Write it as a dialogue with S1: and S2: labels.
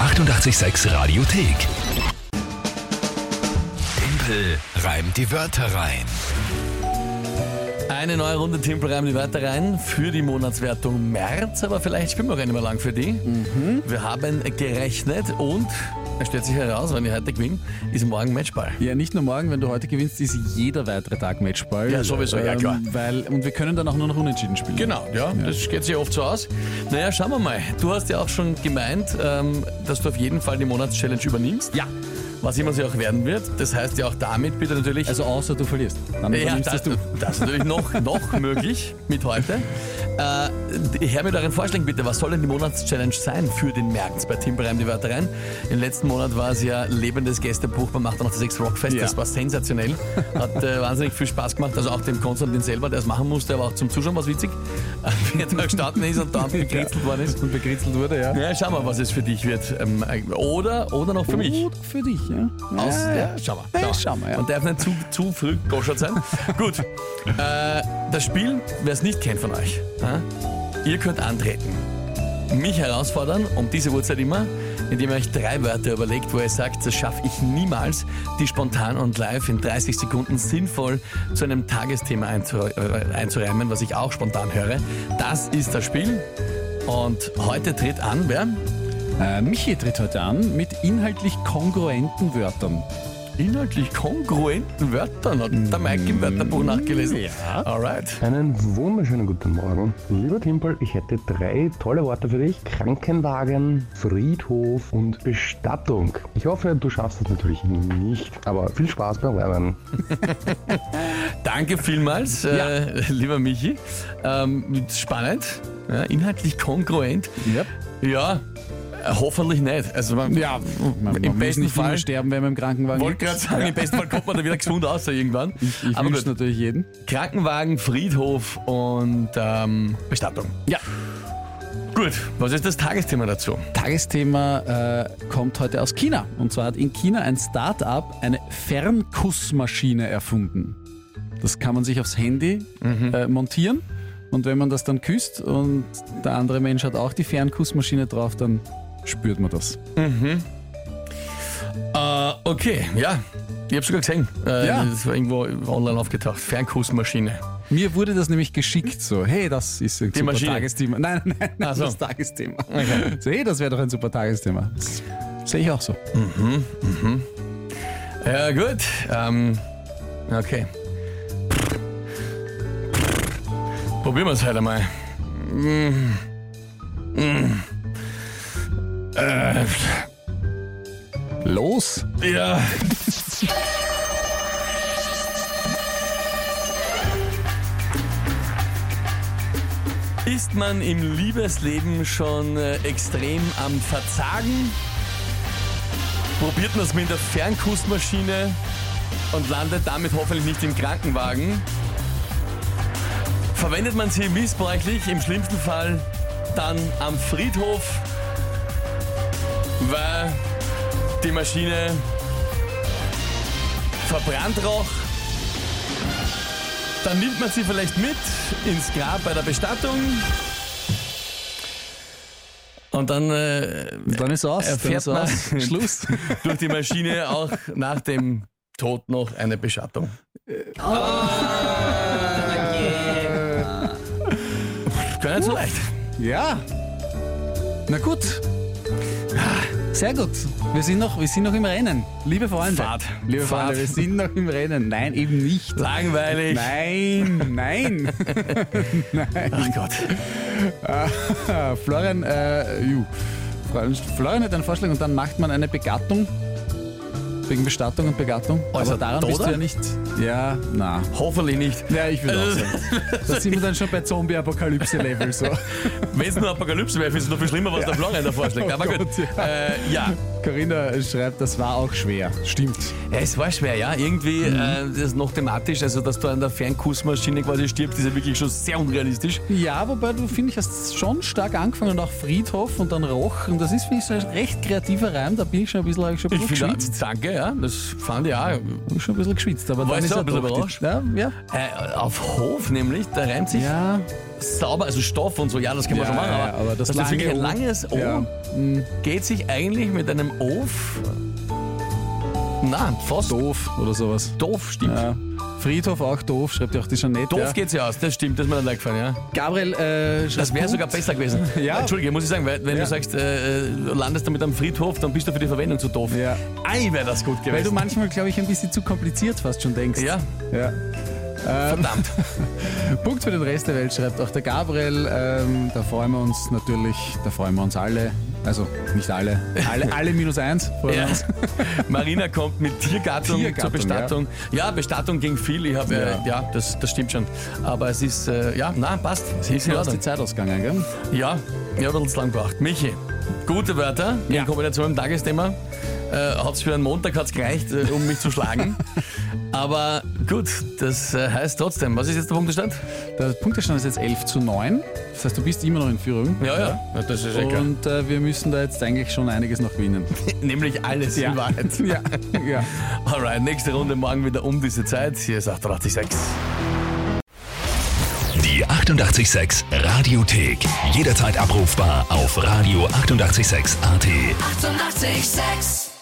S1: 886 Radiothek. Tempel reimt die Wörter rein.
S2: Eine neue Runde Timpel reimen die Wörter rein für die Monatswertung März, aber vielleicht spielen wir gar nicht mehr lang für die. Wir haben gerechnet und es stellt sich heraus, wenn ich heute gewinne, ist morgen Matchball.
S3: Ja, nicht nur morgen, wenn du heute gewinnst, ist jeder weitere Tag Matchball. Ähm,
S2: Ja, sowieso, ja, klar.
S3: Weil, und wir können dann auch nur noch unentschieden spielen.
S2: Genau, ja, das geht sich oft so aus. Naja, schauen wir mal. Du hast ja auch schon gemeint, ähm, dass du auf jeden Fall die Monatschallenge übernimmst.
S3: Ja,
S2: Was immer sie auch werden wird. Das heißt ja auch damit bitte natürlich.
S3: also außer du verlierst. Dann
S2: ja,
S3: übernimmst
S2: das,
S3: es du.
S2: das ist natürlich noch, noch möglich mit heute. Äh, her mit euren Vorschlägen bitte. Was soll denn die Monatschallenge sein für den März bei Tim Breim die Wörter rein? Im letzten Monat war es ja lebendes Gästebuch beim 886 Rockfest.
S3: Ja.
S2: Das war sensationell. Hat äh, wahnsinnig viel Spaß gemacht. Also auch dem Konstantin selber, der es machen musste, aber auch zum Zuschauen war es witzig. Äh, Wie er da gestanden ist und da gekritzelt worden ist.
S3: Und bekritzelt wurde, ja.
S2: Ja, schauen wir, was es für dich wird. Ähm, oder, oder noch für mich.
S3: Gut für dich, ja.
S2: Aus, ja,
S3: ja, ja.
S2: Schau mal.
S3: Ja, schau mal, ja.
S2: Und darf nicht zu, zu früh goschert sein. Gut. Äh, das Spiel, wer es nicht kennt von euch, ja, ihr könnt antreten. Mich herausfordern, um diese Uhrzeit immer, indem ihr euch drei Wörter überlegt, wo ihr sagt, das schaffe ich niemals, die spontan und live in 30 Sekunden sinnvoll zu einem Tagesthema einzu äh, einzureimen, was ich auch spontan höre. Das ist das Spiel. Und heute tritt an, wer?
S3: Äh, Michi tritt heute an mit inhaltlich kongruenten Wörtern.
S2: inhaltlich kongruenten Wörtern. Hat der Mike im Wörterbuch nachgelesen.
S3: Mm, ja.
S2: Alright.
S4: Einen wunderschönen guten Morgen. Lieber Timpel, ich hätte drei tolle Worte für dich. Krankenwagen, Friedhof und Bestattung. Ich hoffe, du schaffst es natürlich nicht, aber viel Spaß beim Lernen.
S2: Danke vielmals, äh, lieber Michi. Ähm, spannend, ja, inhaltlich kongruent.
S3: Yep.
S2: Ja, äh, hoffentlich nicht. Also man,
S3: Ja, man, man
S2: im
S3: muss
S2: besten
S3: nicht immer
S2: Fall.
S3: sterben, wenn man im Krankenwagen
S2: Wollte gerade sagen, im besten Fall kommt man da wieder gesund aus irgendwann.
S3: Ich
S2: Aber
S3: wünsche
S2: gut,
S3: natürlich jeden.
S2: Krankenwagen, Friedhof und ähm, Bestattung.
S3: Ja.
S2: Gut, was ist das Tagesthema dazu?
S3: Tagesthema äh, kommt heute aus China. Und zwar hat in China ein Start-up eine Fernkussmaschine erfunden. Das kann man sich aufs Handy
S2: Mhm.
S3: äh, montieren. Und wenn man das dann küsst und der andere Mensch hat auch die Fernkussmaschine drauf, dann spürt man das.
S2: Äh, okay, ja. Ich habe sogar gesehen. Äh,
S3: Ja.
S2: Das war irgendwo online aufgetaucht. Fernkussmaschine.
S3: Mir wurde das nämlich geschickt, so, hey, das ist ein super
S2: Maschine.
S3: Tagesthema. Nein, nein, nein,
S2: Ach
S3: nein
S2: so.
S3: das Tagesthema. So, hey, das wäre doch ein super Tagesthema. Das Sehe ich auch so.
S2: Ja, gut. Ähm, okay. Probieren wir es halt einmal.
S3: Los!
S2: Ja. Ist man im Liebesleben schon äh, extrem am Verzagen? Probiert man es mit der Fernkussmaschine und landet damit hoffentlich nicht im Krankenwagen? Verwendet man sie missbräuchlich, im schlimmsten Fall dann am Friedhof, weil die Maschine verbrannt roch. Dann nimmt man sie vielleicht mit ins Grab bei der Bestattung. Und dann äh,
S3: Dann ist aus, dann
S2: Erfährt
S3: ist aus.
S2: man-
S3: Schluss.
S2: durch die Maschine auch nach dem Tod noch eine Beschattung.
S3: Oh.
S2: Ah. Gar nicht so leicht.
S3: Ja. Na gut. Ah, Sehr gut. Wir sind noch, wir sind noch im Rennen. Liebe Freunde.
S2: Fahrt.
S3: Liebe
S2: Fahrt.
S3: Freunde, wir sind noch im Rennen. Nein, eben nicht.
S2: Langweilig.
S3: Nein, nein.
S2: Ach Gott.
S3: Ah, Florian, äh, ju. Florian- Florian hat einen Vorschlag und dann macht man eine Begattung. Wegen Bestattung und Begattung.
S2: Also
S3: Aber daran bist
S2: Toder?
S3: du ja nicht. Ja, na.
S2: Hoffentlich nicht.
S3: Ja, ich
S2: Äh.
S3: würde auch sagen. Da sind wir dann schon bei Zombie-Apokalypse-Level so.
S2: Wenn es nur Apokalypse wäre, ist es noch viel schlimmer, was der Florian da vorschlägt.
S3: Oh
S2: Aber gut.
S3: Gott, ja.
S2: Äh, ja.
S3: Corinna schreibt, das war auch schwer. Stimmt.
S2: Ja, es war schwer, ja. Irgendwie
S3: Mhm.
S2: äh, das ist noch thematisch, also dass du an der Fernkussmaschine quasi stirbst, ist ja wirklich schon sehr unrealistisch.
S3: Ja, wobei du, finde ich, hast schon stark angefangen und auch Friedhof und dann Roch. Und das ist, finde ich, so ein recht kreativer Reim. Da bin ich schon ein bisschen, hab ich schon ein
S2: Ich
S3: bisschen
S2: finde,
S3: geschwitzt.
S2: danke, ja. Das fand ich auch.
S3: Ich schon ein bisschen geschwitzt. Aber
S2: War
S3: dann
S2: ich
S3: ist
S2: so
S3: er
S2: ein bisschen
S3: doch die-
S2: überrascht?
S3: Ja, ja.
S2: Äh, auf Hof nämlich, da reimt sich
S3: Ja,
S2: sauber, also Stoff und so, ja, das kann man
S3: Ja,
S2: schon machen,
S3: ja,
S2: aber,
S3: aber das
S2: dass
S3: lange
S2: wirklich ein
S3: O-
S2: langes O
S3: Ja.
S2: geht sich eigentlich mit einem Of. Na, fast doof,
S3: Doof oder sowas.
S2: stimmt.
S3: Ja. Friedhof auch doof, schreibt ja auch die Janette.
S2: Doof
S3: ja.
S2: geht's ja aus, das stimmt, das ist mir dann eingefallen, ja.
S3: Gabriel, äh,
S2: Das wäre
S3: Punkt.
S2: sogar besser gewesen.
S3: Ja.
S2: Entschuldige, muss ich sagen, weil wenn
S3: Ja.
S2: du sagst, äh, äh, landest damit am Friedhof, dann bist du für die Verwendung zu doof.
S3: Ja.
S2: Ei, wäre das gut
S3: Weil du
S2: gewesen.
S3: manchmal, glaube ich, ein bisschen zu kompliziert fast schon denkst.
S2: ja,
S3: ja. Ähm,
S2: verdammt.
S3: Punkt für den Rest der Welt, schreibt auch der Gabriel. Ähm, da freuen wir uns natürlich, da freuen wir uns alle. Also nicht alle, alle, alle minus eins. freuen wir
S2: Ja.
S3: uns.
S2: Marina kommt mit Tiergattung, zur
S3: Tiergattung,
S2: Bestattung. Ja, Bestattung ging viel. Ich habe,
S3: Ja.
S2: äh, ja, das, das stimmt schon. Aber es ist, äh, ja, na, passt. Es ist in
S3: Du hast die
S2: Ordnung.
S3: Zeit ausgegangen, gell?
S2: Ja, ich habe uns lang gebracht. Michi, gute Wörter in Kombination mit dem Tagesthema. Äh, hat's für einen Montag hat's gereicht, äh, um mich zu schlagen. Aber gut, das äh, heißt trotzdem, was ist jetzt der Punktestand?
S3: Der Punktestand ist jetzt 11 zu 9. Das heißt, du bist immer noch in Führung.
S2: Ja, ja, das ist
S3: Und äh, wir müssen da jetzt eigentlich schon einiges noch gewinnen.
S2: Nämlich alles in Wahrheit.
S3: ja. ja.
S2: Alright, nächste Runde morgen wieder um diese Zeit. Hier ist 886.
S1: Die 886 Radiothek. Jederzeit abrufbar auf radio886.at. 886!
S5: Eighty-eight, sex.